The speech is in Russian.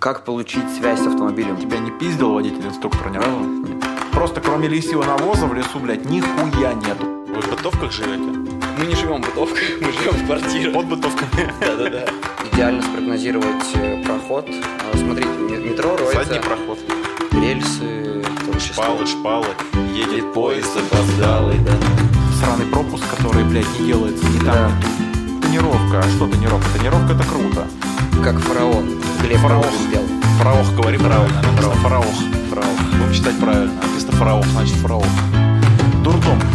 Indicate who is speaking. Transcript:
Speaker 1: Как получить связь с автомобилем?
Speaker 2: Тебя не пиздил водитель-инструктор ни разу? Просто кроме лисьего навоза в лесу, блядь, нихуя нету.
Speaker 3: Вы в бытовках живете?
Speaker 4: Мы не живем в бытовках, мы живем в квартирах.
Speaker 3: Под бытовками.
Speaker 4: Да-да-да.
Speaker 1: Идеально спрогнозировать э, проход. А, Смотрите, ме- метро
Speaker 3: Задний
Speaker 1: роется,
Speaker 3: проход.
Speaker 1: рельсы, там
Speaker 3: Шпалы, шпалы. Едет поезд
Speaker 4: опоздалый, да.
Speaker 2: Сраный пропуск, который, блядь, не делается ни
Speaker 1: Да.
Speaker 2: там, ни тут. Тонировка. А что тонировка? Тонировка это круто.
Speaker 1: как фараон. Глеб
Speaker 3: Фараон.
Speaker 1: Фараон сделал.
Speaker 3: Фараух, говори правильно. Фараух. Фараух. Будем читать правильно. Написано фараух, значит фараух.
Speaker 2: Дурдом.